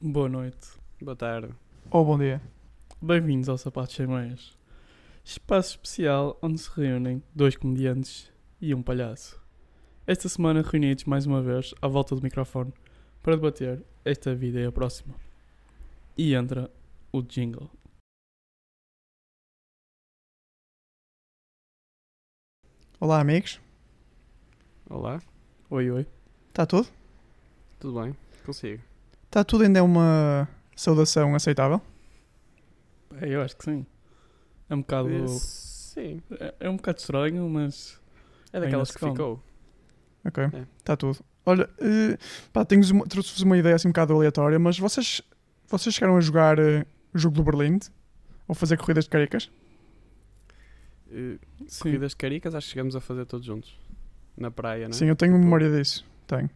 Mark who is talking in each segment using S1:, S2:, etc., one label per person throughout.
S1: Boa noite.
S2: Boa tarde.
S3: Oh, bom dia.
S1: Bem-vindos ao Sapatos Sem Meias. Espaço especial onde se reúnem dois comediantes e um palhaço. Esta semana reunidos mais uma vez à volta do microfone para debater esta vida e a próxima. E entra o jingle.
S3: Olá, amigos.
S2: Olá,
S1: Oi, oi.
S3: Está Tá tudo?
S2: tudo bem? Consigo.
S3: Está tudo ainda é uma saudação aceitável?
S1: É, eu acho que sim. É um bocado.
S2: Eh, Sim.
S1: é- É um bocado estranho, mas.
S2: É daquelas que
S1: Ainda se
S2: ficou.
S3: Ok,
S2: É.
S3: está tudo. Olha, eh, pá, tenho-vos uma- trouxe-vos uma ideia assim um bocado aleatória, mas vocês, vocês chegaram a jogar eh, o jogo do Berlim? Ou fazer corridas de caricas?
S2: Eh,
S1: Sim.
S2: Corridas de caricas, acho que chegamos a fazer todos juntos. Na praia, né?
S3: Sim, eu tenho
S2: Tipo-
S3: memória disso. Tenho.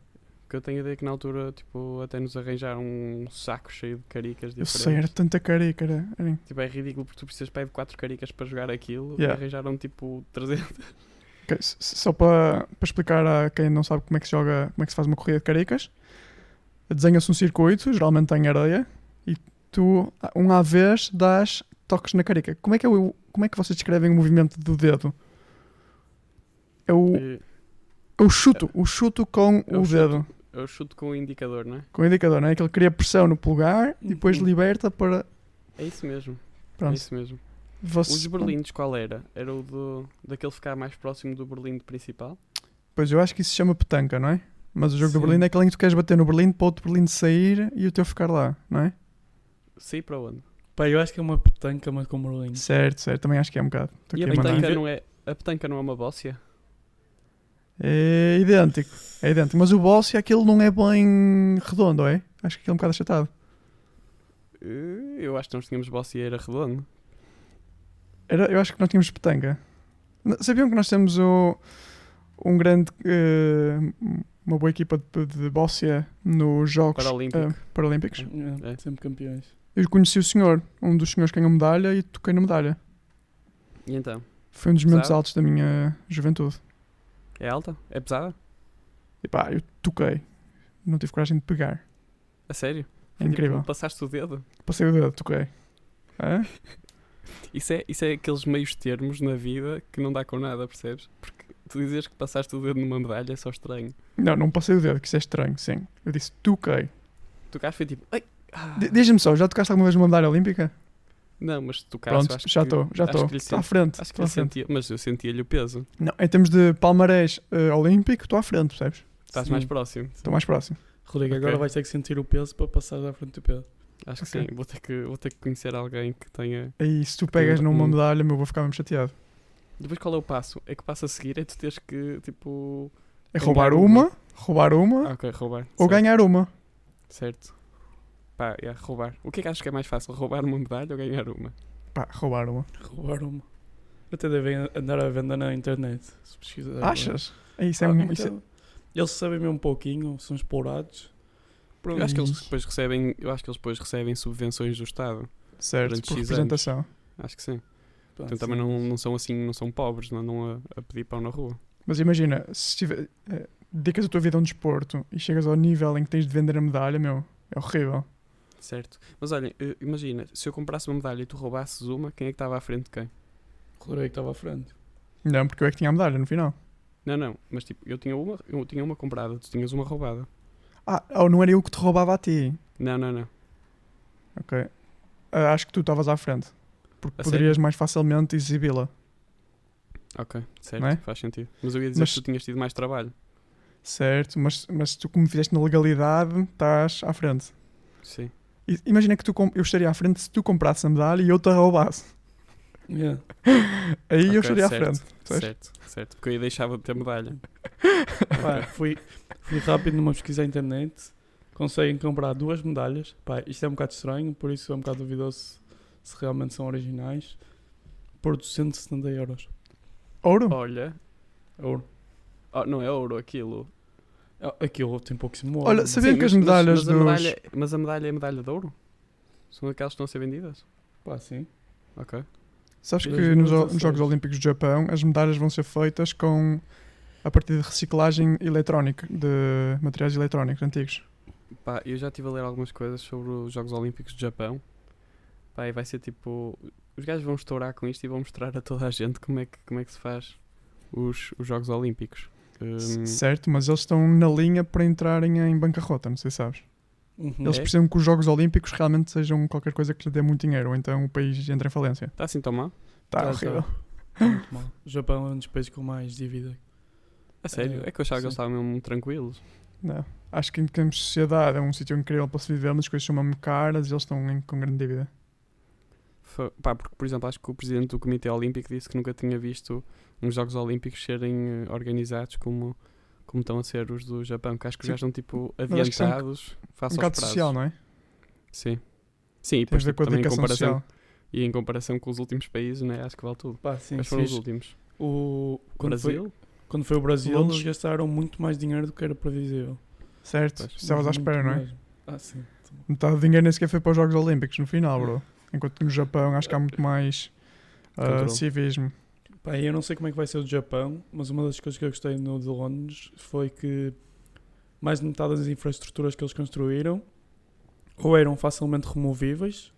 S2: Porque eu tenho a ideia que na altura, tipo, até nos arranjaram um saco cheio de caricas
S3: Eu sei, era
S2: diferentes.
S3: tanta carica. Era, era-
S2: Tipo, é ridículo porque tu precisas para de 4 caricas para jogar aquilo
S3: Yeah.
S2: e arranjaram tipo 300.
S3: Ok, s- s- Só para para explicar a quem não sabe como é que se joga, como é que se faz uma corrida de caricas, desenha-se um circuito, geralmente tem areia, e tu, a- um à vez, dás toques na carica. Como é que, é o, como é que vocês descrevem o movimento do dedo? É o,
S2: Eh,
S3: é o chuto, o chuto com
S2: É o
S3: o,
S2: chuto.
S3: dedo,
S2: Eu chuto com o indicador, não é?
S3: com o indicador, não é? Que ele cria pressão no polegar e depois
S1: Uhum.
S3: liberta para.
S2: É isso mesmo. É
S3: Pronto,
S2: isso mesmo.
S3: você,
S2: Os berlindes qual era? Era o do, daquele ficar mais próximo do berlinde principal?
S3: Pois eu acho que isso se chama petanca, não é? Mas o jogo do
S1: Sim.
S3: Berlim é aquele em que tu queres bater no Berlim para o outro Berlim sair e o teu ficar lá, não é?
S2: Sim, para onde?
S1: Pá, eu acho que é uma petanca, mas com berlindes.
S3: Certo, certo, também acho que é um bocado. Estou
S2: E a
S3: aqui a mandar.
S2: petanca, não é, a petanca não é uma bócia?
S3: É idêntico, é idêntico. Mas o boss, aquele não é bem redondo, é? Acho que aquele é um bocado achatado.
S2: Eh, Eu acho que nós tínhamos bócia e era redondo.
S3: Era, eu acho que nós tínhamos petanca. N- Sabiam que nós temos o, um grande. eh, uma boa equipa de, de bóssia nos Jogos
S2: Paralímpico.
S3: eh, Paralímpicos?
S1: É,
S2: É.
S1: Sempre campeões.
S3: Eu conheci o senhor, um dos senhores que ganhou medalha e toquei na medalha.
S2: E então?
S3: Foi um dos momentos
S2: Sabe?
S3: altos da minha juventude.
S2: É alta? É pesada?
S3: E pá, eu toquei. Não tive coragem de pegar.
S2: A sério?
S3: É incrível.
S2: Tipo, passaste o dedo?
S3: Passei o dedo, toquei. Hã?
S2: Isso é, isso é aqueles meios termos na vida que não dá com nada, percebes? Porque tu dizes que passaste o dedo numa medalha é só estranho.
S3: Não, não passei o dedo, que isso é estranho, sim. Eu disse, toquei.
S2: Tu cá foi tipo, ai! ah."
S3: D- Diz-me só, já tocaste alguma vez numa medalha olímpica?
S2: Não, mas tu cá
S3: Pronto,
S2: acho
S3: já
S2: que-
S3: estou, já
S2: acho
S3: estou.
S2: que lhe
S3: Estou à
S2: senti-
S3: frente.
S2: Acho que
S3: tô Tá à
S2: eu
S3: frente.
S2: sentia, mas eu sentia-lhe o peso.
S3: Não, em termos de palmarés eh, olímpico, estou à frente, percebes?
S2: Estás
S1: Sim.
S2: mais próximo.
S3: Estou mais próximo.
S1: Rodrigo,
S2: Ok.
S1: agora vais ter que sentir o peso para passar à frente do peso.
S2: Acho que
S3: Ok.
S2: sim. Vou ter que, vou ter que conhecer alguém que tenha.
S3: E se tu pegas
S2: Hum,
S3: numa
S2: hum.
S3: medalha, meu, vou ficar mesmo chateado.
S2: Depois qual é o passo? É que passo a seguir é tu teres que, tipo.
S3: É
S2: Ganhar
S3: roubar
S2: uma.
S3: uma, roubar uma
S2: Ah, ok, roubar.
S3: ou
S2: Certo,
S3: ganhar uma.
S2: Certo. Pá, é, roubar. O que é que achas que é mais fácil? Roubar uma medalha ou ganhar uma?
S3: Pá, roubar uma.
S1: Roubar uma. Até devem andar à venda na internet, se pesquisar.
S3: Achas? É isso, é,
S1: Ah,
S3: um-
S1: então,
S3: isso é-
S1: Eles sabem mesmo um pouquinho, são explorados.
S2: Eu acho que eles
S3: Isso.
S2: depois recebem, eu acho que eles depois recebem subvenções do Estado.
S3: certo,
S2: durante X
S3: por
S2: anos.
S3: representação.
S2: Acho que sim.
S1: Pá,
S2: Então
S1: sim.
S2: também não, não são assim, não são pobres, não andam a, a pedir pão na rua.
S3: Mas imagina, se tiver, eh, dedicas a tua vida a um desporto e chegas ao nível em que tens de vender a medalha, meu, é horrível.
S2: Certo. Mas olha, eh, imagina, se eu comprasse uma medalha e tu roubasses uma, quem é que estava à frente de quem?
S1: Rodrigo é estava à frente.
S3: Não, porque eu é que tinha a medalha no final.
S2: Não, não, mas tipo, eu tinha uma, eu tinha uma comprada, tu tinhas uma roubada.
S3: Ah, ou não era eu que te roubava a ti.
S2: Não, não, não.
S3: Ok. Ah, acho que tu estavas à frente. Porque
S2: A
S3: poderias mais facilmente exibi-la.
S2: Ok, certo,
S3: Não é?
S2: faz sentido. Mas eu ia dizer
S3: Mas-
S2: que tu tinhas tido mais trabalho.
S3: Certo, mas, mas tu, como fizeste na legalidade, estás à frente.
S2: Sim.
S3: I- imagina que tu com- eu estaria à frente se tu comprasses a medalha e eu te a roubasse.
S1: Yeah.
S3: Aí eu
S2: Ok,
S3: estaria
S2: certo,
S3: à frente. Sabes?
S2: Certo, certo. Porque eu deixava de ter medalha.
S1: Pá, fui, fui rápido numa pesquisa à internet. Conseguem comprar duas medalhas. Pá, isto é um bocado estranho, por isso é um bocado duvidoso se realmente são originais. Por 270 euros.
S3: Ouro?
S2: Olha,
S1: Ouro.
S2: oh, não é ouro aquilo.
S1: Ah, Aquilo tem pouquíssimo ouro.
S3: Olha,
S1: mas-
S3: sabiam
S2: Sim,
S3: Tá que as
S2: mas- mas-
S3: medalhas
S2: mas,
S3: dos.
S2: a medalha, mas a medalha é medalha de ouro? São aquelas que estão a ser vendidas?
S1: Pá, sim.
S2: Ok.
S3: Sabes que
S1: Desde
S3: nos, o-
S1: 1916.
S3: nos Jogos Olímpicos do Japão as medalhas vão ser feitas com. a partir de reciclagem eletrónica, de materiais eletrónicos antigos.
S2: Pá, eu já estive a ler algumas coisas sobre os Jogos Olímpicos do Japão. Pá, e vai ser tipo. Os gajos vão estourar com isto e vão mostrar a toda a gente como é que, como é que se faz os, os Jogos Olímpicos.
S3: C-
S2: Hum,
S3: Certo, mas eles estão na linha para entrarem em bancarrota, não sei se sabes.
S1: Uhum.
S3: Eles
S2: É?
S3: precisam que os Jogos Olímpicos realmente sejam qualquer coisa que lhe dê muito dinheiro, ou então o país entra em falência.
S2: Está assim tão mal?
S3: Está
S1: Tá,
S3: horrível.
S1: tá. Tá muito mal. O Japão é um dos países com mais dívida.
S2: A sério?
S1: Eh,
S2: É que eu achava que eles
S1: sim.
S2: estavam mesmo tranquilos.
S3: Não. Né? Acho que em termos de sociedade é um sítio incrível para se viver, mas as coisas são mesmo caras e eles estão em- com grande dívida.
S2: Fa- Pá, porque, por exemplo, acho que o presidente do Comitê Olímpico disse que nunca tinha visto uns Jogos Olímpicos serem eh, organizados como, como estão a ser os do Japão, que acho que os
S3: Sim.
S2: gajos estão tipo
S3: Mas acho que são um
S2: adiantados face
S3: um
S2: aos
S3: bocado
S2: prazos.
S3: social, não é?
S2: Sim. Sim, e depois
S3: Tens de ver
S2: tipo,
S3: com a
S2: também em
S3: dedicação
S2: comparação,
S3: social.
S2: e em comparação com os últimos países, né, acho que vale tudo.
S1: Pá, sim,
S2: Mas
S1: se
S2: foram os
S1: vês
S2: últimos.
S1: o quando
S2: Brasil?
S1: Foi, quando foi o Brasil,
S3: Londres.
S1: eles gastaram muito mais dinheiro do que era previsível.
S3: Certo,
S2: Pois.
S3: estavas à
S1: Muito
S3: espera, não é?
S1: mesmo. Ah, sim.
S3: Metade do dinheiro nem sequer foi para os Jogos Olímpicos no final, bro. Enquanto que no Japão acho que há muito mais ah,
S2: Controle.
S3: civismo.
S1: Pá, eu não sei como é que vai ser o do Japão, mas uma das coisas que eu gostei no de Londres foi que mais de metade das infraestruturas que eles construíram ou eram facilmente removíveis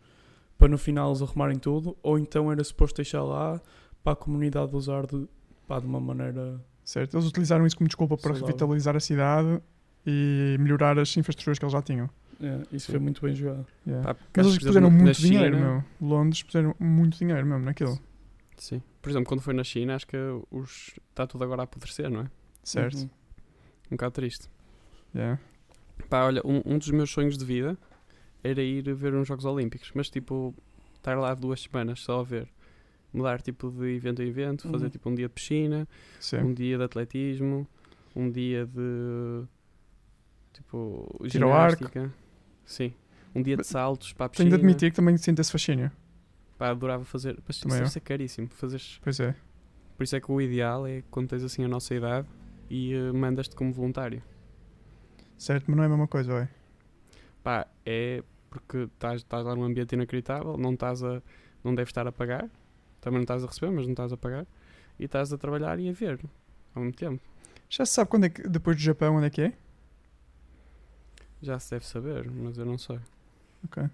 S1: para no final eles arrumarem tudo, ou então era suposto deixar lá para a comunidade usar de, pá, de uma maneira.
S3: Certo, eles utilizaram isso como desculpa para
S1: Saudável.
S3: revitalizar a cidade e melhorar as infraestruturas que eles já tinham.
S1: É, isso
S2: Sim.
S1: foi muito bem jogado.
S3: Yeah.
S2: Pá, porque
S3: Mas
S2: acho
S3: eles
S2: que, por
S3: puseram
S2: exemplo, na
S3: muito
S2: China-
S3: dinheiro, meu. Londres puseram muito dinheiro mesmo naquilo.
S2: Sim. Por exemplo, quando foi na China, acho que os... está tudo agora a apodrecer, não é?
S3: Certo.
S1: Uhum.
S2: Um bocado triste.
S3: Yeah.
S2: Pá, olha, um, um dos meus sonhos de vida era ir ver uns Jogos Olímpicos, mas tipo, estar lá duas semanas só a ver. Mudar tipo de evento a evento, fazer
S1: Uhum.
S2: tipo um dia de piscina,
S3: Sim.
S2: um dia de atletismo, um dia de tipo
S3: Tiro ao arco.
S2: ginástica. Sim. Um dia de
S3: Mas
S2: saltos para a piscina.
S3: Tenho de admitir que também sinto esse fascínio.
S2: Pá, adorava fazer. Mas isso
S3: Também eu.
S2: deve ser caríssimo. Fazeres...
S3: Pois é.
S2: Por isso é que o ideal é quando tens assim a nossa idade e eh, mandas-te como voluntário.
S3: Certo, mas não é a mesma coisa, ué.
S2: Pá, é porque estás estás lá num ambiente inacreditável, não estás a. não deves estar a pagar, também não estás a receber, mas não estás a pagar, e estás a trabalhar e a ver ao mesmo tempo.
S3: Já se sabe quando é que, depois do Japão, onde é que é?
S2: Já se deve saber, mas eu não sei.
S1: Vou
S3: Pá,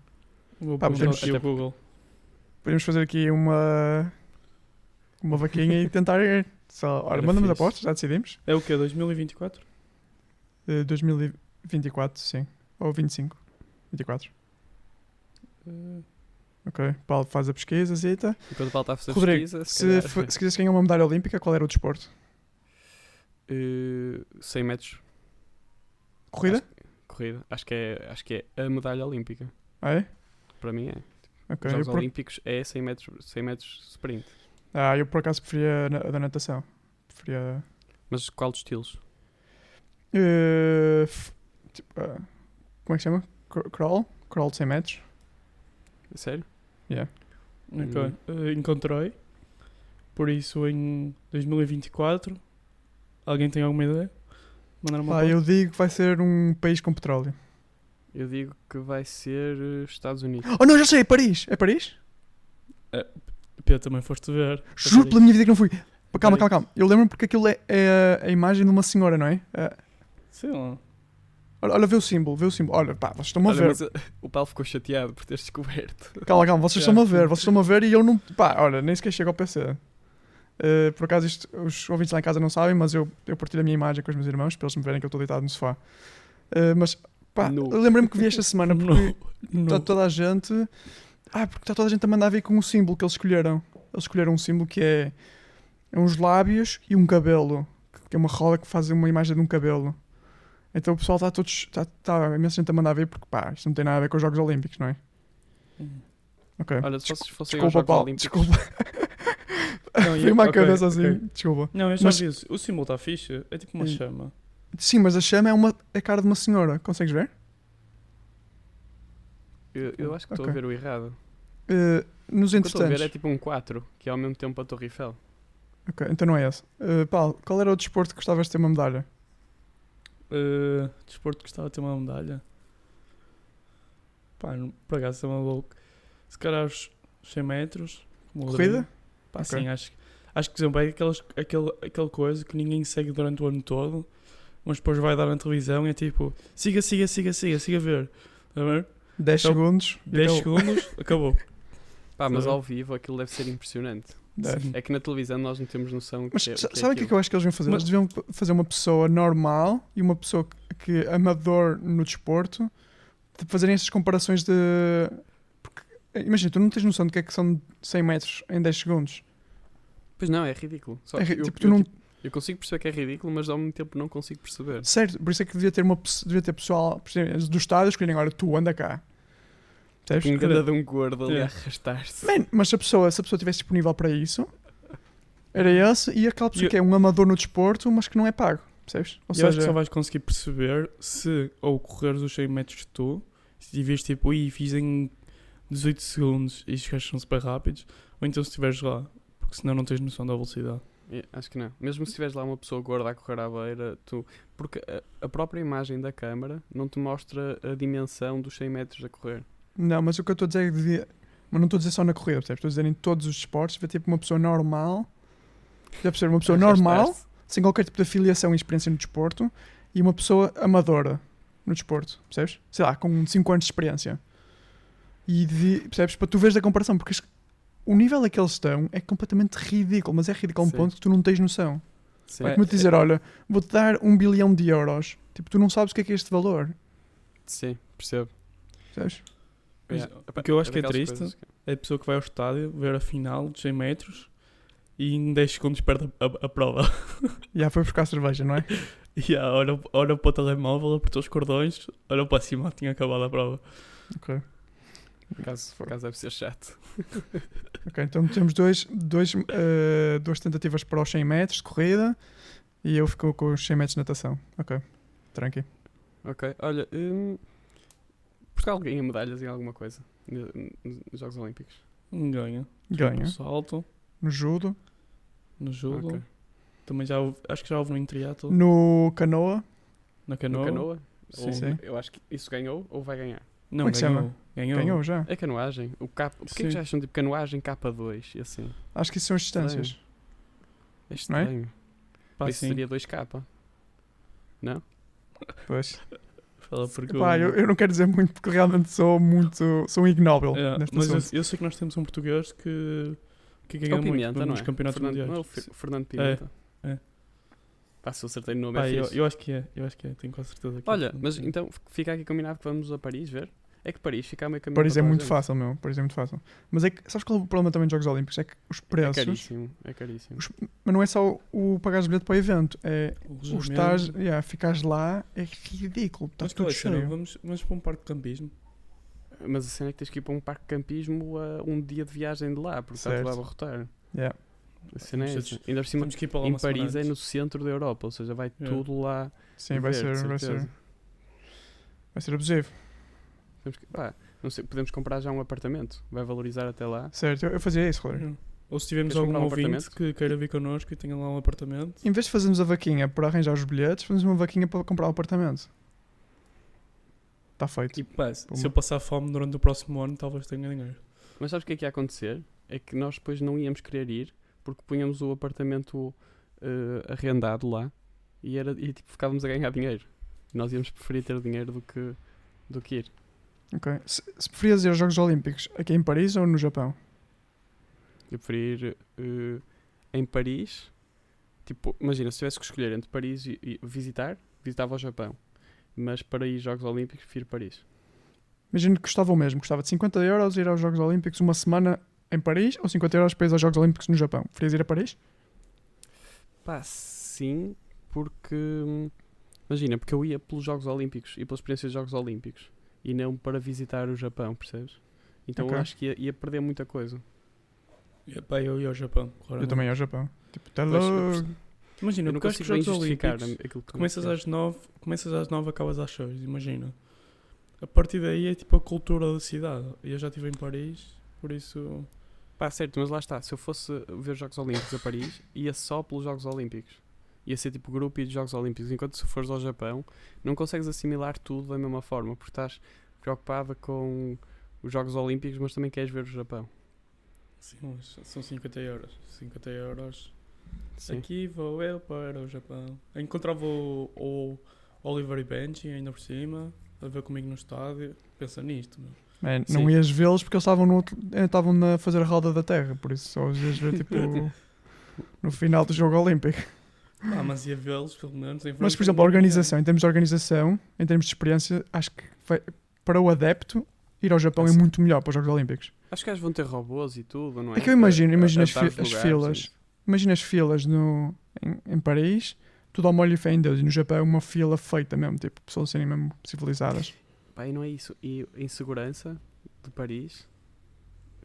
S1: perguntar
S3: podemos-
S1: aqui ao Google.
S3: Podemos fazer aqui uma. uma vaquinha e tentar ir. Só, ora,
S2: Era
S3: mandamos
S2: fixe.
S3: apostas, já decidimos.
S1: É o quê? 2024?
S3: Eh, 2024, sim. Ou 25. 24.
S1: Eh,
S3: Ok. Paulo faz a pesquisa, Zita.
S2: Enquanto falta a fazer
S3: Rodrigo,
S2: pesquisa, se,
S3: Se,
S2: calhar,
S3: fo- se quisesse ganhar uma medalha olímpica, qual era o desporto?
S2: eh, 100 metros
S3: Corrida?
S2: Acho, corrida. Acho que, é, acho que é a medalha olímpica.
S3: Ah, é?
S2: Para mim é. Os
S3: Ok. Eu
S2: Jogos
S3: por,
S2: Olímpicos é 100 metros, 100 metros sprint.
S3: ah, eu por acaso preferia a na- a da natação. Preferia.
S2: Mas qual dos estilos?
S3: eh, f- tipo, ah, como é que se chama? Cr- Crawl? Crawl de 100 metros?
S2: A É Sério?
S1: Ok.
S2: Hum.
S1: Eh, encontrei. Por isso, em 2024, alguém tem alguma ideia? Mandar uma
S3: Pá,
S1: aposta?
S3: eu digo que vai ser um país com petróleo.
S2: Eu digo que vai ser eh, Estados Unidos.
S3: Oh não, já sei, é Paris! É Paris?
S1: Pedro, também foste ver.
S3: Juro pela minha vida que não fui.
S1: É
S3: Calma,
S1: Paris.
S3: calma, calma. Eu lembro-me porque aquilo é, é a- a imagem de uma senhora, não é? É-
S1: Sei lá.
S3: olha, olha, vê o símbolo, vê o símbolo. Olha, pá, vocês estão-me a
S2: Olha,
S3: ver.
S2: mas, eh, o Paulo ficou chateado por teres descoberto.
S3: Calma, calma, vocês
S1: Já.
S3: estão-me a ver, vocês estão-me a ver e eu não. Pá, olha, nem sequer chego ao PC. Eh, por acaso, isto, os ouvintes lá em casa não sabem, mas eu, eu partilho a minha imagem com os meus irmãos para eles me verem que eu estou deitado no sofá. Eh, mas, pá,
S2: Nu.
S3: lembrei-me que vi esta semana porque. tá
S1: No-
S3: Está
S1: no-
S3: toda a gente. Ah, porque está toda a gente a mandar vir com um símbolo que eles escolheram. Eles escolheram um símbolo que é, é uns lábios e um cabelo. Que é uma roda que faz uma imagem de um cabelo. Então o pessoal está todos. Está tá imensa gente a mandar vir porque pá, isto não tem nada a ver com os Jogos Olímpicos, não é?
S1: Hum.
S3: Ok.
S2: Olha, se vocês fossem aos
S3: desculpa,
S2: Jogos
S3: Paulo.
S2: Olímpicos,
S3: Desculpa.
S1: Não,
S3: Fui-me à
S1: ok,
S3: cabeça assim.
S1: ok.
S3: Desculpa.
S1: Não, eu já
S3: Mas-
S1: vi isso. O símbolo está fixe. É tipo uma
S3: Hum.
S1: chama.
S3: Sim, mas a chama é uma, a cara de uma senhora. Consegues ver?
S2: eu, eu acho que estou
S3: Ok.
S2: a ver o errado.
S3: Eh, nos
S2: O que eu estou a
S3: entretantos.
S2: ver é tipo um 4, que é ao mesmo tempo a Torre Eiffel.
S3: Ok, então não é essa. Eh, Paulo, qual era o desporto que gostavas de ter uma medalha?
S1: Eh, desporto que gostava de ter uma medalha. Pá, não- por acaso está maluco. Se calhar os 100 metros. como o
S3: Corrida?
S1: Rodrigo. Pá,
S3: Ok.
S1: sim, acho, que- acho que, por exemplo, é aquelas, aquele, aquela coisa que ninguém segue durante o ano todo. mas depois vai dar na televisão e é tipo, siga, siga, siga, siga, siga a ver. Está a ver?
S3: 10
S1: Então,
S3: segundos.
S1: 10
S3: acabou.
S1: segundos, acabou.
S2: Pá, mas
S1: Sim.
S2: ao vivo aquilo deve ser impressionante.
S3: Dez.
S1: Sim.
S2: É que na televisão nós não temos noção
S3: Mas
S2: que é,
S3: sa- sabe o que, é que eu acho que eles deviam fazer?
S1: Mas-
S3: Eles deviam p- fazer uma pessoa normal e uma pessoa que- que é amador no desporto de fazerem essas comparações de. porque, eh, Imagina, tu não tens noção do que é que são 100 metros em 10 segundos.
S2: Pois não, é ridículo. Só
S3: É ri-
S2: eu,
S3: tipo, tu
S2: eu,
S3: não-
S2: tipo, eu consigo perceber que é ridículo, mas ao mesmo tempo não consigo perceber.
S3: Certo, por isso é que devia ter, uma, pe- devia ter pessoal por exemplo, do Estado a escolherem agora tu anda cá. Percebes?
S2: Um cada de um gordo ali
S1: É.
S2: a arrastar-se.
S3: Man, mas se a pessoa estivesse pessoa tivesse disponível para isso, era esse e aquela pessoa
S1: Uhum. E-
S3: que é um amador no desporto, mas que não é pago. Percebes? Ou
S1: E eu acho que só vais conseguir perceber se ao correres os 100 metros tu, se tiveres tipo, ui, fiz em 18 segundos e os gajos são super rápidos, ou então se estiveres lá, porque senão não tens noção da velocidade.
S2: É, Acho que não. Mesmo se tiveres lá uma pessoa gorda a correr à beira, tu. Porque a, a própria imagem da câmara não te mostra a dimensão dos 100 metros a correr.
S3: Não, mas o que eu estou a dizer é que devia. Mas não estou a dizer só na corrida, percebes? Estou a dizer em todos os esportes, devia tipo uma pessoa normal. Deve perceber uma pessoa normal,
S2: Arrastar-se.
S3: sem qualquer tipo de afiliação e experiência no desporto, e uma pessoa amadora no desporto, percebes? Sei lá, com 5 anos de experiência. E de, percebes? Para tu veres a comparação, porque isto- o nível a que eles estão é completamente ridículo, mas é ridículo a um
S2: Sim.
S3: ponto que tu não tens noção.
S2: Sim.
S3: É como te dizer, olha, vou-te dar um bilhão de euros. Tipo, tu não sabes o que é que é este valor,
S2: Sim, percebo.
S3: percebes?
S1: Mas,
S2: Yeah.
S1: o que eu acho que é
S2: daquelas
S1: triste
S2: coisas que-
S1: É a pessoa que vai ao estádio ver a final dos 100 metros e em 10 segundos perde a, a- a prova.
S3: Já foi buscar cerveja, não é?
S1: E ah, olha, olha para o telemóvel, apertou os cordões, olha para cima, tinha acabado a prova.
S2: Caso, caso deve ser chato.
S3: Ok, então temos dois, dois, eh, duas tentativas para os 100 metros de corrida e eu fico com os 100 metros de natação. Ok, tranqui.
S2: Ok, olha. Hum, Portugal ganha medalhas em alguma coisa no- no- nos Jogos Olímpicos.
S1: Ganha.
S3: Ganha.
S1: No salto,
S3: No judo,
S1: no judo.
S2: Ok.
S1: Também já houve, acho que já houve no triatlo,
S3: no canoa.
S1: na
S2: No
S1: canoa.
S2: canoa?
S3: Sim,
S2: Ou-
S3: sim.
S2: Eu acho que isso ganhou ou vai ganhar.
S1: Não,
S3: Como é que se
S1: ganhou,
S3: chama?
S1: ganhou.
S3: Ganhou já.
S2: A É canoagem, o K. O que é
S1: Sim.
S2: que já acham tipo canoagem K2 e assim?
S3: Acho que isso são as distâncias.
S2: É
S3: Não é?
S2: estranho.
S1: Pá,
S2: isso
S1: sim.
S2: seria 2K.
S3: Pois.
S1: Fala porque
S3: Pá, eu, eu não quero dizer muito porque realmente sou muito. sou um ignóbil
S1: É,
S3: neste
S1: mas
S3: assunto.
S1: eu, eu sei que nós temos um português que, que
S2: É
S1: ganha
S2: o Pimenta,
S1: muito
S2: não
S1: nos
S2: é?
S1: campeonatos
S2: Fernando,
S1: mundiais.
S2: Não é o Fer- Fernando Pimenta?
S1: é.
S2: Pá, se eu acertei no nome
S1: Pá,
S2: é
S1: eu,
S2: fixe.
S1: eu acho que é, eu acho que é, tenho quase certeza. que é
S2: Olha,
S1: Fernando
S2: mas
S1: Pimenta.
S2: então f- fica aqui combinado que vamos a Paris ver. É que Paris fica a meio caminho
S3: Paris
S2: para
S3: é
S2: toda a
S3: muito
S2: gente.
S3: fácil, meu. Paris é muito fácil. Mas é que, sabes qual é o problema também dos Jogos Olímpicos? É que os
S2: É
S3: preços.
S2: caríssimo, é caríssimo.
S3: os- mas não é só o, o pagar os bilhetes para o evento, é O
S1: Os
S3: estás,
S1: mesmos-
S3: yeah, ficares lá é ridículo. Está
S1: Mas qual
S3: tudo
S1: é a cena?
S3: cheio.
S1: Vamos, vamos para um parque de campismo.
S2: Mas a cena é que tens que ir para um parque de campismo a um dia de viagem de lá, porque está tudo a
S3: Certo.
S2: abarrotar.
S3: Yeah.
S2: A cena é
S1: Temos
S2: essa. Ainda por cima,
S1: Temos que ir para lá
S2: em
S1: uma semana
S2: Paris é no
S1: antes.
S2: centro da Europa, ou seja, vai
S1: É.
S2: tudo lá.
S3: Sim, vai
S2: ver, de
S3: ser, vai ser,
S2: certeza.
S3: vai ser abusivo.
S2: Temos que- pá, não sei, podemos comprar já um apartamento, vai valorizar até lá.
S3: Certo, eu, eu fazia isso, Rodrigo.
S1: Não. Ou se tivermos
S2: Queres
S1: algum
S2: comprar um
S1: ouvinte
S2: apartamento?
S1: que queira vir connosco e tenha lá um apartamento.
S3: Em vez de fazermos a vaquinha para arranjar os bilhetes, fazemos uma vaquinha para comprar o apartamento. Está feito.
S1: E
S2: Tipo-
S1: pá, se
S3: Puma.
S1: se eu passar fome durante o próximo ano, talvez tenha dinheiro.
S2: Mas sabes o que é que ia acontecer? É que nós depois não íamos querer ir porque punhamos o apartamento eh, arrendado lá e, era, e tipo, ficávamos a ganhar dinheiro. E nós íamos preferir ter dinheiro do que, do que ir.
S3: Ok. Se, se preferias ir aos Jogos Olímpicos, aqui em Paris ou no Japão?
S2: Eu preferia ir eh, em Paris. Tipo, imagina, se tivesse que escolher entre Paris e, e visitar, visitava o Japão. Mas para ir aos Jogos Olímpicos, prefiro Paris.
S3: Imagino que custava o mesmo. Custava de 50 euros ir aos Jogos Olímpicos uma semana em Paris ou 50 euros para ir aos Jogos Olímpicos no Japão. Preferias ir a Paris?
S2: Pá, sim, porque. hum, Imagina, porque eu ia pelos Jogos Olímpicos e pela experiência dos Jogos Olímpicos e não para visitar o Japão, percebes? Então
S3: Ok.
S2: eu acho que ia, ia perder muita coisa.
S1: E, pá, eu ia ao Japão. claramente.
S3: Eu também ia ao Japão. Tipo, tá
S2: Pois, eu
S3: logo.
S1: Imagina,
S2: eu não
S1: porque acho que
S2: consigo
S1: os
S2: bem né?
S1: Jogos
S2: justificar
S1: Olímpicos.
S2: aquilo que
S1: Começas às 9, começas às 9, acabas às 6, imagina. A partir daí é tipo a cultura da cidade. E eu já estive em Paris, por isso.
S2: Pá, certo, mas lá está. Se eu fosse ver Jogos Olímpicos a Paris, ia só pelos Jogos Olímpicos. Ia ser tipo grupo e de Jogos Olímpicos. Enquanto se fores ao Japão, não consegues assimilar tudo da mesma forma, porque estás preocupada com os Jogos Olímpicos, mas também queres ver o Japão.
S1: Sim, mas são 50 euros. 50 euros
S2: Sim.
S1: Aqui vou eu para o Japão. Encontrava o, o Oliver e Benji ainda por cima, a ver comigo no estádio. Pensa nisto, meu.
S3: Man,
S2: Sim.
S3: não ias vê-los porque eles estavam no outro- eh, estavam na- a fazer a roda da terra, por isso só os ias ver tipo no final do jogo olímpico.
S1: Ah, mas ia vê-los, pelo menos, em frente
S3: Mas por
S1: a
S3: exemplo, a
S1: ninguém.
S3: organização, em termos de organização, em termos de experiência, acho que vai- para o adepto ir ao Japão é
S2: Sim.
S3: muito melhor para os Jogos Olímpicos.
S2: Acho que eles vão ter robôs e tudo, não é?
S3: É que eu imagino,
S2: Para
S3: imagino as
S2: adaptar
S3: fi-
S2: os
S3: as
S2: lugares e-
S3: Imagina as filas no, em, em Paris, tudo ao molho e fé em Deus, e no Japão é uma fila feita mesmo, tipo, pessoas serem mesmo civilizadas.
S2: Pá, e não é isso. E a insegurança de Paris,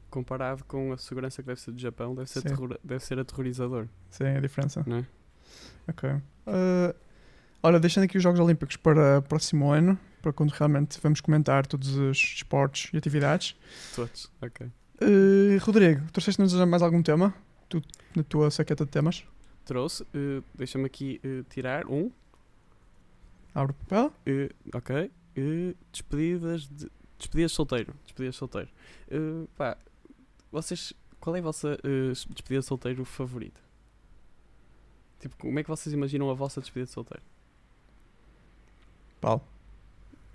S2: comparado com a segurança que deve ser do Japão, deve ser,
S3: Sim.
S2: aterror- deve ser aterrorizador,
S3: Sim, é a diferença.
S2: não é?
S3: Ok. Ah, ora, deixando aqui os Jogos Olímpicos para o próximo ano, para quando realmente vamos comentar todos os esportes e atividades.
S2: Todos, ok.
S3: Ah, Rodrigo, trouxeste-nos mais algum tema? Tu, na tua saqueta de temas?
S2: Trouxe, eh, deixa-me aqui eh, tirar um.
S3: Abre o papel.
S2: Eh, ok. Eh, despedidas de. Despedidas de solteiro. Despedidas de solteiro. Eh, pá, vocês. Qual é a vossa eh, s- despedida de solteiro favorita? Tipo, como é que vocês imaginam a vossa despedida de solteiro?
S3: Paulo.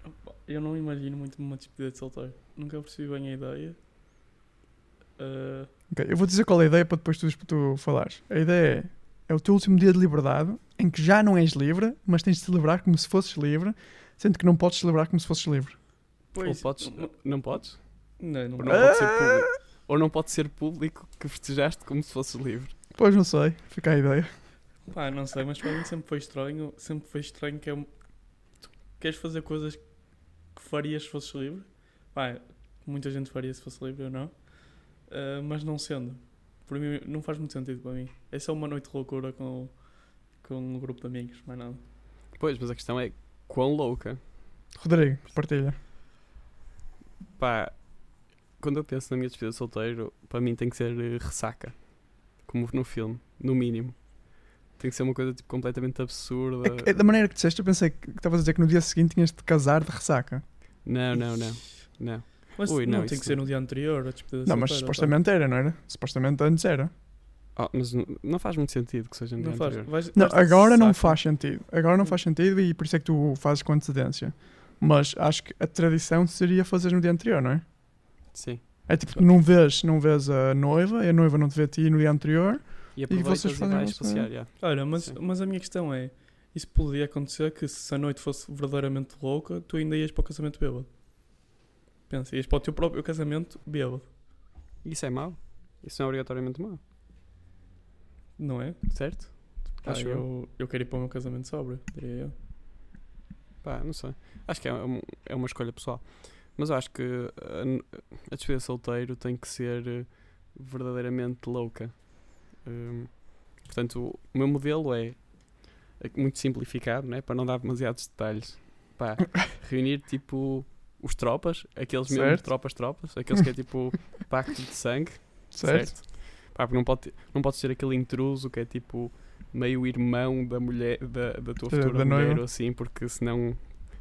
S1: Opa, Eu não imagino muito uma despedida de solteiro. Nunca percebi bem a ideia. Ah,
S3: Ok, eu vou dizer qual é a ideia para depois tu, tu falares. A ideia é, é o teu último dia de liberdade, em que já não és livre, mas tens de celebrar como se fosses livre, sendo que não podes celebrar como se fosses livre.
S1: pois,
S2: Ou podes.
S1: Não,
S2: Não podes?
S1: não,
S2: Ou
S1: não
S2: não
S3: Ah,
S2: pode ser público? Ou não pode ser público que festejaste como se fosse livre?
S3: Pois não sei, fica a ideia.
S1: Pá, não sei, mas para mim sempre foi estranho. Sempre foi estranho que é. um- Tu queres fazer coisas que farias se fosses livre? Pá, muita gente faria se fosse livre, eu não. Ah, mas não sendo. Para mim, não faz muito sentido para mim. É só uma noite de loucura com, com um grupo de amigos, mais nada.
S2: Pois, mas a questão é quão louca.
S3: Rodrigo, partilha.
S2: Pá, quando eu penso na minha despedida de solteiro, para mim tem que ser eh, ressaca. Como no filme, no mínimo. Tem que ser uma coisa tipo, completamente absurda.
S3: É que- é da maneira que disseste, eu pensei que que estavas a dizer que no dia seguinte tinhas de te casar de ressaca.
S2: Não, não, não. não.
S1: Mas
S2: Ui,
S1: não,
S2: não,
S1: tem
S2: isso
S1: que ser
S2: não.
S1: no dia anterior, a despedida assim,
S3: não, mas
S1: solteira, pá.
S3: supostamente era, não era? Supostamente antes era.
S2: Ah, mas n- não faz muito sentido que seja no
S1: Não
S2: dia
S1: faz.
S2: anterior.
S1: Vais,
S3: Não,
S1: vais-
S3: agora não
S1: saca.
S3: faz sentido. Agora não faz sentido e por isso é que tu o fazes com antecedência. Mas acho que a tradição seria fazer no dia anterior, não é?
S2: Sim.
S3: É tipo, não vês, não vês a noiva e a noiva não te vê a ti no dia anterior.
S2: E aproveitas
S3: vocês
S2: e
S3: fazem é?
S2: vais
S3: isso,
S2: passear, já.
S1: Olha, mas,
S2: Sim.
S1: mas a minha questão é: isso podia acontecer que se a noite fosse verdadeiramente louca, tu ainda ias para o casamento bêbado. Pensa, ias para o teu próprio casamento bêbado,
S2: Isso é mau? Isso não é obrigatoriamente mau,
S1: não é?
S2: certo?
S1: Pá,
S2: Acho eu.
S1: eu, eu quero ir para o meu casamento sóbrio, diria eu.
S2: Pá, não sei. Acho que é, um- é uma escolha pessoal. Mas eu acho que a, a despedida de solteiro tem que ser eh, verdadeiramente louca. Hum, portanto, o meu modelo é é muito simplificado, né? para não dar demasiados detalhes. Pá, reunir tipo os tropas, aqueles mesmo
S3: Certo.
S2: tropas, tropas, aqueles que é tipo pacto de sangue, certo? Pá, porque não pode, não pode ser aquele intruso que é tipo meio irmão da mulher da, da tua
S3: Da-
S2: futura
S3: da noiva.
S2: mulher ou assim, porque senão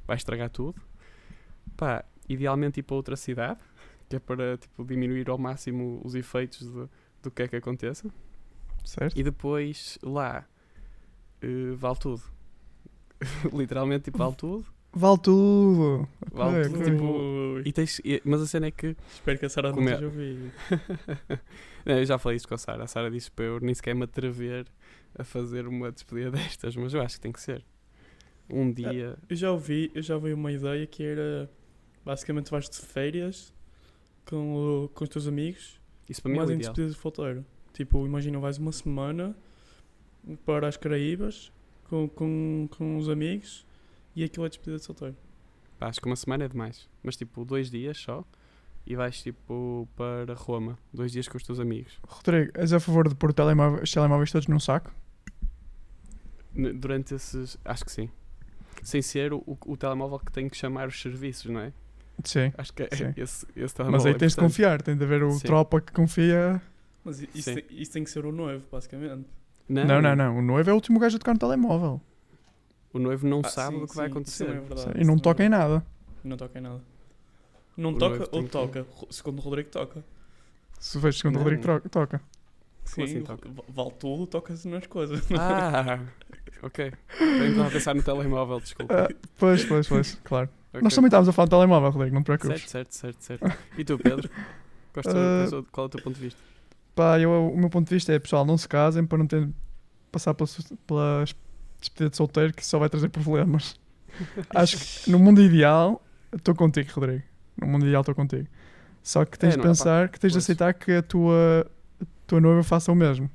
S2: vai estragar tudo. Pá, idealmente ir para outra cidade, que é para tipo, diminuir ao máximo os efeitos de- do que é que aconteça.
S3: Certo.
S2: E depois lá eh, vale tudo. Literalmente tipo, vale tudo.
S3: Vale tudo.
S2: Vale
S3: Ok,
S2: tudo,
S3: ok.
S2: tipo,
S1: Ui,
S2: E tens, e- mas a cena é que
S1: espero que a Sara não
S2: como é?
S1: esteja a ouvir.
S2: Não, eu já falei isto com a Sara. A Sara disse para eu nem sequer me atrever a fazer uma despedida destas, mas eu acho que tem que ser. Um dia.
S1: Eu já ouvi, eu já ouvi uma ideia que era basicamente vais de férias com, o- com os teus amigos
S2: Isso para mim é
S1: Mas
S2: o
S1: em
S2: ideal.
S1: despedida de solteiro. Tipo, imagina, vais uma semana para as Caraíbas com, com, com os amigos e aquilo é despedida de solteiro.
S2: Pá, acho que uma semana é demais. Mas tipo, dois dias só. E vais tipo para Roma. Dois dias com os teus amigos.
S3: Rodrigo, és a favor de pôr o telemóvel- os telemóveis todos num saco?
S2: N- Durante esses. Acho que sim. Sem ser o, o, o telemóvel que tem que chamar os serviços, não é?
S3: Sim.
S2: Acho que é
S3: Sim.
S2: esse, esse telemóvel.
S3: Mas aí
S2: é
S3: tens de
S2: importante.
S3: confiar, tem de haver o
S2: Sim.
S3: tropa que confia.
S1: Mas i- isso,
S2: Sim.
S1: tem- isso tem que ser o noivo, basicamente.
S3: Não, não, não. O noivo é o último gajo a tocar no telemóvel.
S2: O noivo não
S1: Ah,
S2: sabe
S1: sim,
S2: o Um que vai
S1: sim, isso
S2: acontecer.
S1: também é verdade,
S3: e
S1: isso também
S3: não
S1: é
S3: toca em
S1: verdade.
S3: nada.
S1: Não toca em nada. Não
S2: O noivo
S1: toca
S2: tem
S1: ou
S2: que-
S1: toca? Ro- Segundo o Rodrigo, toca.
S3: Se vejo segundo o
S2: Não.
S3: Rodrigo, tro- toca.
S2: Como assim
S1: Sim,
S2: toca?
S1: v- vale tudo, toca-se nas coisas.
S2: Ah, ok. Eu estava a pensar no telemóvel, desculpa.
S3: Ah, pois, pois, pois, claro.
S2: Ok.
S3: Nós também estávamos a falar de telemóvel, Rodrigo, não te preocupes.
S2: Certo, certo, certo, certo. E tu, Pedro? Gostas,
S3: Ah.
S2: gostas- qual é o teu ponto de vista?
S3: Pá, eu, o meu ponto de vista é, pessoal, não se casem para não ter passar pela, su- pela es- despedida de solteiro que só vai trazer problemas. Acho que no mundo ideal, estou contigo, Rodrigo. No mundo ideal estou contigo. Só que tens
S2: É,
S3: de
S2: não, pá,
S3: pensar que tens de
S2: pois.
S3: aceitar que a tua, a tua noiva faça o mesmo.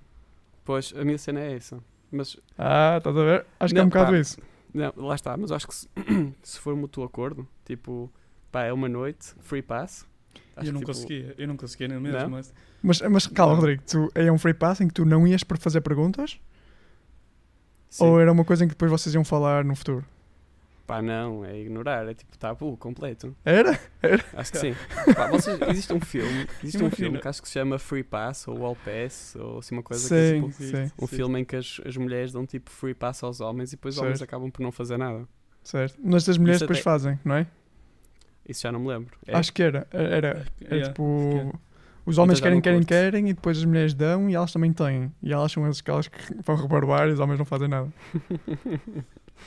S2: Pois, a minha cena é essa. Mas
S3: Ah, estás a ver? Acho que é um
S2: Não, pá.
S3: bocado isso.
S2: Não, lá está, mas eu acho que se, se for mútuo acordo, tipo, pá, é uma noite, free pass.
S1: eu
S2: que,
S1: não
S2: tipo,
S1: conseguia, eu não conseguia nem mesmo.
S2: Não?
S1: Mas
S3: Mas, mas calma,
S2: Não.
S3: Rodrigo, tu, é um free pass em que tu não ias para fazer perguntas?
S2: Sim.
S3: Ou era uma coisa em que depois vocês iam falar no futuro?
S2: Pá, não, é ignorar, é tipo tabu completo.
S3: Era?
S2: Acho que sim. Pá, vocês, existe um filme, existe um filme
S1: Imagina.
S2: que acho que se chama Free Pass ou All Pass ou assim uma coisa que é
S3: Sim,
S2: tipo,
S3: sim,
S2: um filme em que as, as mulheres dão tipo free pass aos homens e depois os homens
S3: Certo.
S2: acabam por não fazer nada.
S3: certo. Mas as mulheres
S2: Isso
S3: depois
S2: até-
S3: fazem, não é?
S2: Isso já não me lembro. É,
S3: Acho que era. Era, era
S1: Yeah,
S3: tipo. Os
S2: Então
S3: homens
S2: já
S3: querem,
S2: não
S3: querem,
S2: curtes.
S3: querem e depois as mulheres dão e elas também têm. E elas são as que elas que vão rebarbar e os homens não fazem nada.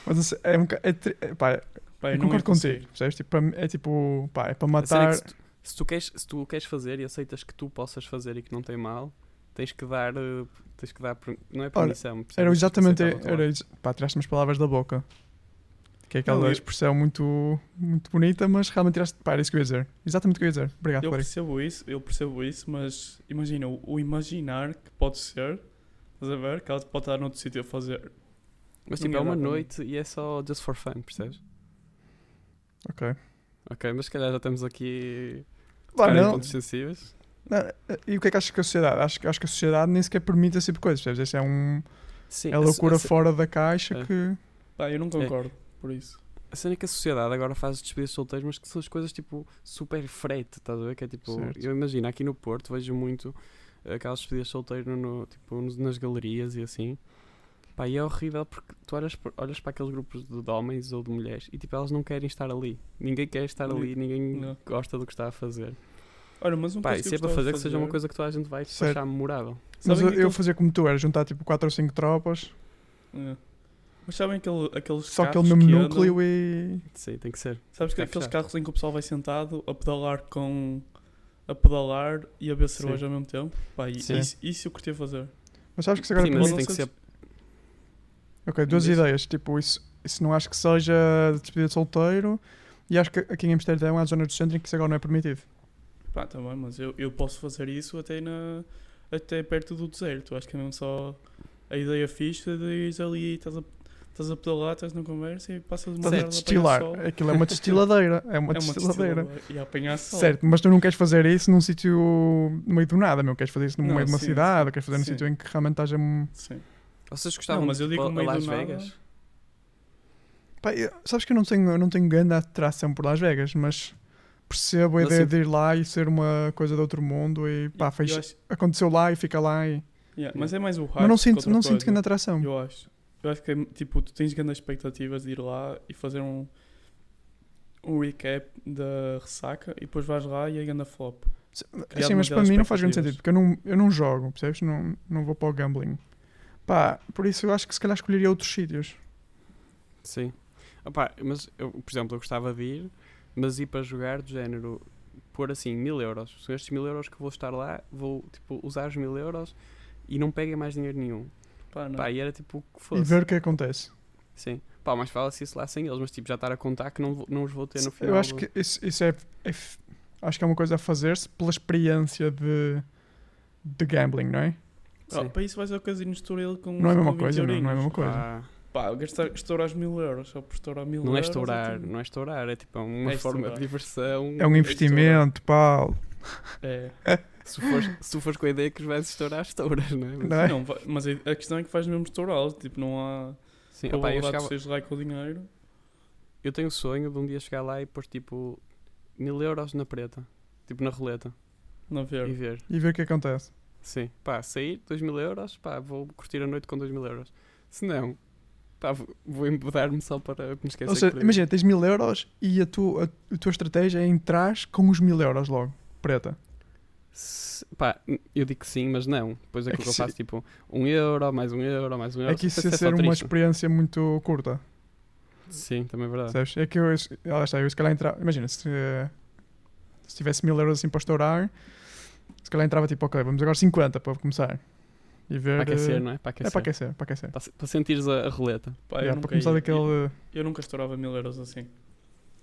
S3: Mas assim, é um bocado. É, tri- é, pá,
S1: pá, não
S3: eu
S1: é ia
S3: concordo contigo.
S1: conseguir.
S3: Percebes? Tipo, pra mim- é tipo. Pá, é para
S2: a cena é que
S3: matar.
S2: se, tu, se tu queres, se tu o queres fazer e aceitas que tu possas fazer e que não tem mal, tens que dar, eh, tens que dar, per- não é permissão. percebes? é
S3: Era exatamente.
S2: Aceitar do outro
S3: Era,
S2: lado.
S3: ex- pá, tiraste umas palavras da boca. Que é
S1: Não,
S3: aquela
S1: eu-
S3: expressão muito, muito bonita, mas realmente tiraste. Pá, era isso que eu ia dizer. Exatamente o que eu ia dizer. Obrigado,
S1: Eu
S3: Rodrigo.
S1: percebo isso, eu percebo isso, mas imagina o, o imaginar que pode ser, estás a ver? Que ela pode estar noutro sítio a fazer.
S2: Mas
S1: Não
S2: tipo,
S1: ia
S2: é uma
S1: dar para mim.
S2: noite e é só just for fun, percebes?
S3: Ok.
S2: Ok, mas se calhar já estamos aqui
S3: Pá,
S2: tocar em
S3: não,
S2: pontos sensíveis.
S3: não, e o que é que achas que a sociedade? Acho, que- acho que a sociedade nem sequer permite esse tipo de coisas. Percebes? Esse é um.
S2: Sim,
S3: É
S2: a so-
S3: loucura
S2: a, ce-
S3: fora da caixa
S2: É.
S3: que.
S1: Pá, eu não concordo por isso.
S2: a cena é que a sociedade agora faz despedidas solteiras, mas que são as coisas tipo super frete, estás a ver? Que é tipo,
S3: Certo.
S2: eu imagino, aqui no Porto vejo muito aquelas despedidas solteiras no, no- tipo, nos- nas galerias e assim. Pá, e é horrível porque tu olhas, por- olhas para aqueles grupos de, de homens ou de mulheres e tipo, elas não querem estar ali. Ninguém quer estar
S1: Ni-
S2: ali, ninguém
S1: não.
S2: gosta do que está a fazer.
S1: Olha, mas um
S2: Pá,
S1: coisa que
S2: isso
S1: eu
S2: é para
S1: gostava
S2: fazer
S1: de
S2: que seja uma coisa que toda a gente vai
S3: Certo.
S2: achar memorável.
S3: Mas
S1: Sabem
S3: eu,
S1: que
S3: eu
S1: aquele-
S3: fazia como tu, era juntar tipo 4 ou 5 tropas,
S1: É. Mas sabem aquele, aqueles
S3: só aquele
S1: carros
S3: mesmo
S1: que
S3: núcleo
S1: andam-
S3: e.
S2: Sim, tem que ser.
S1: Sabes que
S2: Vai
S1: aqueles
S2: fechar.
S1: carros em que o pessoal vai sentado a pedalar com... A pedalar e a beber cerveja ao mesmo tempo. Pá, e-
S3: Sim.
S1: isso, isso é eu curtia fazer.
S3: Mas sabes que isso agora
S2: Sim, mas
S1: Pode
S3: permite.
S1: não
S2: tem que
S1: ser-
S2: ser
S3: Ok, duas
S1: Diz.
S3: ideias. Tipo, isso, isso não acho que seja de despedida de solteiro. E acho que aqui em Amsterdão há zona do centro em que isso agora não é permitido.
S1: Pá, tá bem, mas eu, eu posso fazer isso até, na, até perto do deserto. Acho que é mesmo só a ideia fixa de ires ali, estás a, estás a pedalar, estás na conversa e passas uma
S3: Estás a
S1: tarde
S3: destilar.
S1: apanhar sol.
S3: Aquilo é uma destiladeira. É uma
S1: É uma
S3: destiladeira.
S1: destiladeira. E a apanhar sol.
S3: Certo, mas tu não queres fazer isso num sítio no meio do nada, meu. Queres fazer isso no
S1: Não,
S3: meio de uma
S1: sim,
S3: cidade,
S1: sim,
S3: ou queres fazer num
S1: sim.
S3: sítio em que realmente haja. um-
S1: Sim.
S2: Vocês gostavam
S1: Não, mas
S2: de
S1: eu digo
S2: tipo,
S1: no
S2: a
S1: meio do
S2: Las
S1: nada.
S2: Vegas?
S3: Pá, eu- sabes que eu não tenho, eu não tenho grande atração por Las Vegas, mas percebo a
S2: Mas
S3: ideia
S2: assim-
S3: de ir lá e ser uma coisa de outro mundo e
S1: E-
S3: pá, fez,
S1: eu acho-
S3: aconteceu lá e fica lá e...
S1: yeah, mas é mais o hype.
S3: Mas não
S1: que
S3: sinto,
S1: outra
S3: não
S1: coisa.
S3: sinto grande atração.
S1: Eu acho. Eu acho que é tipo, tu tens grandes expectativas de ir lá e fazer um, um recap da ressaca e depois vais lá e é grande flop.
S3: Se-
S1: criado
S3: Assim, mas
S1: umas
S3: para mim não
S1: belas
S3: faz grande
S1: expectativas.
S3: sentido, porque eu não, eu não jogo, percebes? Não, não vou para o gambling. Pá, por isso eu acho que se calhar escolheria outros sítios.
S2: Sim. Opá, mas, eu, por exemplo, eu gostava de ir, mas ir para jogar do género, pôr assim, mil euros. São estes mil euros que vou estar lá, vou, tipo, usar os mil euros e não peguem mais dinheiro nenhum.
S1: Pá, não. é?
S2: Pá, e era tipo o que
S3: E
S2: fosse.
S3: ver o que acontece.
S2: Sim. Pá, mas fala-se isso lá sem eles, mas tipo, já estar a contar que não, vou- não os vou ter no final.
S3: eu acho
S2: do-
S1: né?
S3: que isso, isso é, é f- Acho que é uma coisa a fazer-se pela experiência de, de gambling, não é?
S1: Ah,
S2: Sim.
S1: para isso vais ao casino Estoril com
S3: Não é a mesma
S1: com 20
S3: coisa, não, não é a
S1: eurinhos.
S3: mesma coisa.
S2: Ah,
S1: Pá, gastar, estourar os mil euros, só por estourar mil
S2: não é
S1: euros.
S2: estourar,
S1: tipo-
S2: não é estourar, é tipo uma
S1: É
S2: forma
S1: estourar.
S2: de diversão.
S3: É um investimento, Paulo.
S1: É.
S2: Se tu fores, se tu fores com a ideia que os vais estourar, estouras, não é? Mas-
S3: Não é?
S1: Não, vai- mas a a questão é que vais mesmo estourá-los, tipo, não há
S2: Sim, opá, eu
S1: probabilidade de
S2: chegava,
S1: vocês lá com o dinheiro.
S2: Eu tenho o sonho de um dia chegar lá e pôr tipo mil euros na preta, tipo na roleta,
S1: Não ver.
S2: e ver.
S3: E ver o que acontece.
S2: Sim, pá, sair, dois mil euros, pá, vou curtir a noite com dois mil euros. Se não, pá, vou- vou embudar-me só para me esquecer.
S3: Ou seja,
S2: que perdi.
S3: imagina, tens mil euros e a tua, a, a tua estratégia é entrar com os mil euros logo, preta.
S2: Se- pá, eu digo que sim, mas não. Depois é
S3: É
S2: que,
S3: que
S2: eu
S3: se-
S2: faço tipo um euro, mais um euro, mais um euro.
S3: É que isso
S2: Depois
S3: ia
S2: só
S3: ser uma
S2: triste.
S3: experiência muito curta,
S2: Sim, também é verdade.
S3: sabes? É que eu, ah, lá está, eu se calhar entrava. Imagina, se, eh, se tivesse mil euros assim para estourar, se calhar entrava tipo, ok, vamos agora 50 para começar. E ver.
S2: Para
S3: eh,
S2: aquecer, não é? Para
S3: É
S2: aquecer.
S3: para aquecer, para aquecer.
S2: Para se- para sentires a, a roleta.
S1: Pá,
S3: Já,
S1: eu,
S3: para
S1: nunca
S3: começar
S1: ia-
S3: daquele.
S1: eu,
S3: eh,
S1: eu nunca estourava mil euros assim.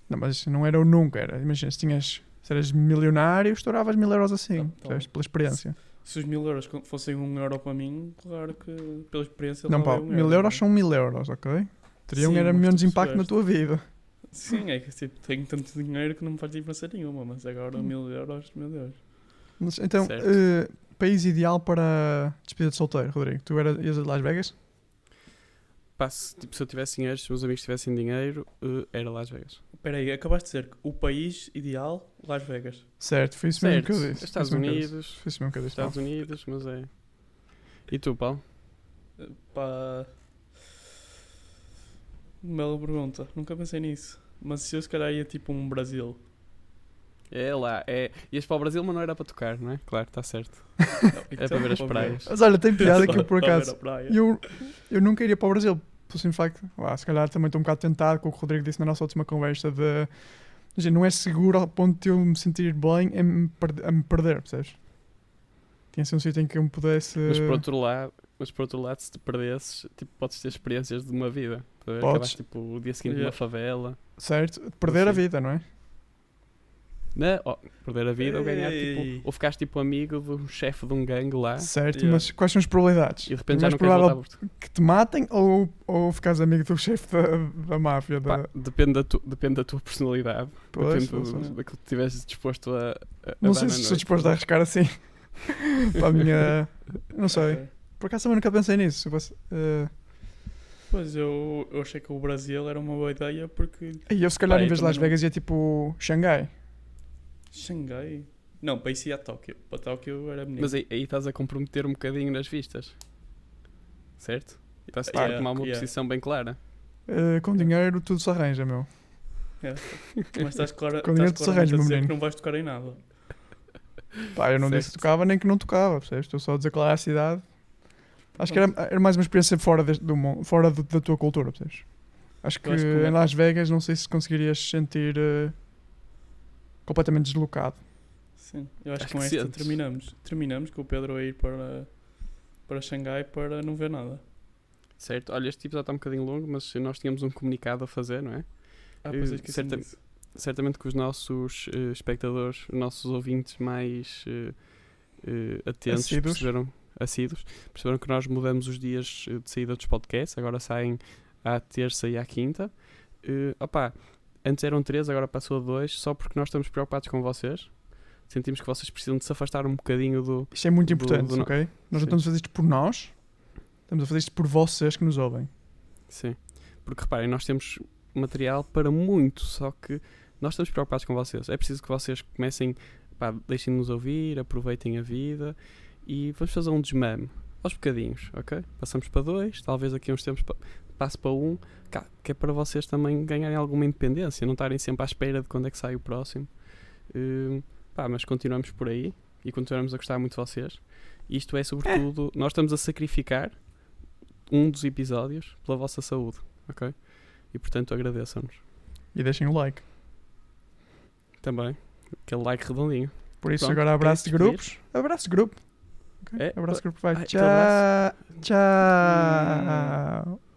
S3: Não, mas não era o nunca, era. Imagina, se tinhas. Se eras milionário, estouravas mil euros assim,
S1: Tá, tá
S3: sabes? Pela experiência.
S1: Se os mil euros co- fossem um euro para mim, claro que pela experiência
S3: Não,
S1: lá vai
S3: Paulo,
S1: um
S3: mil
S1: euro,
S3: euros
S1: não
S3: são mil euros, ok? Teriam
S1: Sim,
S3: era
S1: mas tu
S3: menos impacto na
S1: percebeste.
S3: tua vida.
S1: é? Sim, é que tipo, tenho tanto dinheiro que não me faz diferença nenhuma, mas agora
S3: Hum.
S1: mil euros, meu Deus.
S3: Mas, Então,
S2: Certo.
S3: eh, país ideal para despedida de solteiro, Rodrigo? Tu era, ias a Las Vegas?
S2: Pá, se, tipo, se eu tivesse dinheiro, se os meus amigos tivessem dinheiro, eh, era Las Vegas.
S1: Espera aí, acabaste de dizer que o país ideal, Las Vegas.
S3: Certo, foi isso mesmo que eu
S2: Certo,
S3: disse.
S2: Estados
S3: foi isso mesmo que eu disse.
S2: Unidos,
S3: Foi isso mesmo que eu
S1: Tá.
S3: disse.
S2: Estados
S3: Paulo.
S2: Unidos, mas é. E tu, Paulo?
S1: Eh, Pá. Bela pergunta, nunca pensei nisso. Mas se eu se calhar ia tipo um Brasil.
S2: É lá, é. Ias para o Brasil, mas não era para tocar, não é? Claro, está certo.
S1: Não,
S2: É
S1: então,
S2: para ver as praias.
S3: Mas olha, tem piada que eu por
S1: Para ver a
S3: acaso.
S1: praia.
S3: Eu, eu nunca iria para o Brasil, pelo simples facto. Lá, se calhar também estou um bocado tentado com o que o Rodrigo disse na nossa última conversa de. Imagina, não é seguro ao ponto de eu me sentir bem a me, perde- a me perder, percebes? Tinha sido um sítio em que eu me pudesse.
S2: Mas por outro lado, mas por outro lado, se te perdesses, tipo, podes ter experiências de uma vida. Tá a ver?
S3: Podes.
S2: Acabaste, tipo o dia seguinte numa
S1: Yeah.
S2: favela.
S3: Certo? Perder a
S2: Sim.
S3: vida, não é?
S2: Né? Ó, perder a vida ou ganhar,
S1: Ei.
S2: tipo, ou ficares tipo amigo de um chefe de um gangue lá
S3: Certo,
S1: Yeah.
S3: mas quais são as probabilidades?
S2: e de
S3: É
S2: repente já
S3: mais
S2: não queres voltar a
S3: provável
S2: Portugal.
S3: que te matem ou, ou ficares amigo do chefe da, da máfia? Da,
S2: Pá, depende, da tu- depende da tua personalidade,
S3: Pois,
S2: depende do-
S3: não sei.
S2: daquilo que estiveres disposto a, a, a
S3: Não
S2: dar
S3: sei
S2: na
S3: se estou
S2: noite.
S3: disposto a arriscar assim. para a minha. Não sei. Por acaso também nunca pensei nisso. Eu passe- eh,
S1: Pois eu, eu achei que o Brasil era uma boa ideia porque
S3: E eu, se calhar,
S2: Pá,
S3: em
S2: eu
S3: vez de
S2: também
S3: Las
S2: não-
S3: Vegas, ia tipo Xangai.
S1: Xangai. Não, para isso ia a Tóquio. Para Tóquio era menino.
S2: Mas é aí, aí estás a comprometer um bocadinho nas vistas, certo? Estás a
S1: Yeah,
S2: tomar uma
S1: yeah.
S2: posição bem clara.
S3: Eh, com dinheiro tudo se arranja, meu.
S1: Mas estás clara,
S3: Com
S1: estás
S3: dinheiro de serralho,
S1: claramente a
S3: meu
S1: dizer que
S3: menino.
S1: não vais tocar em nada.
S3: Pá, eu não disse que
S2: Certo.
S3: tocava nem que não tocava, percebes? Estou só a declarar é a cidade. Acho que era, era mais uma experiência fora, deste- do mundo, fora do- da tua cultura, percebes? Acho que
S1: acho
S2: é
S1: que-
S3: em Las Vegas não sei se conseguirias sentir eh, completamente deslocado.
S1: Sim. Eu acho,
S2: Acho
S1: que com
S2: que
S1: esta
S2: sentes.
S1: terminamos. Terminamos com o Pedro a ir para, para Xangai para não ver nada.
S2: Certo? Olha, este tipo já está um bocadinho longo, mas nós tínhamos um comunicado a fazer, não é?
S1: Ah, pois
S2: Eh,
S1: eu esqueci
S2: certa-
S1: disso.
S2: Certamente que os nossos eh, espectadores, os nossos ouvintes mais eh, eh, atentos,
S3: Assíduos.
S2: perceberam, assíduos, perceberam que nós mudamos os dias eh, de saída dos podcasts, agora saem à terça e à quinta. Eh, opá, antes eram três, agora passou a dois, só porque nós estamos preocupados com vocês. Sentimos que vocês precisam de se afastar um bocadinho do.
S3: Isto é muito
S2: Do-
S3: importante,
S2: do no-
S3: ok? Nós não
S2: Sim.
S3: estamos a fazer isto por nós, estamos a fazer isto por vocês que nos ouvem.
S2: Sim. Porque reparem, nós temos material para muito, só que nós estamos preocupados com vocês. É preciso que vocês comecem, pá, deixem-nos ouvir, aproveitem a vida e vamos fazer um desmame aos bocadinhos, ok? Passamos para dois, talvez daqui a uns tempos pa- passe para um, cá, que é para vocês também ganharem alguma independência, não estarem sempre à espera de quando é que sai o próximo. Hum, pá, mas continuamos por aí e continuamos a gostar muito de vocês. Isto é, sobretudo, nós estamos a sacrificar um dos episódios pela vossa saúde, ok? E portanto agradeçam-nos
S3: E deixem o like.
S2: também. Aquele like redondinho.
S3: Por isso,
S2: Pronto, é
S3: agora abraço de
S2: queres despedir?
S3: grupos. Abraço de grupo. ok?
S2: É,
S3: abraço de grupo.
S2: ai,
S3: Vai.
S2: que abraço.
S3: Tchau. Tchau.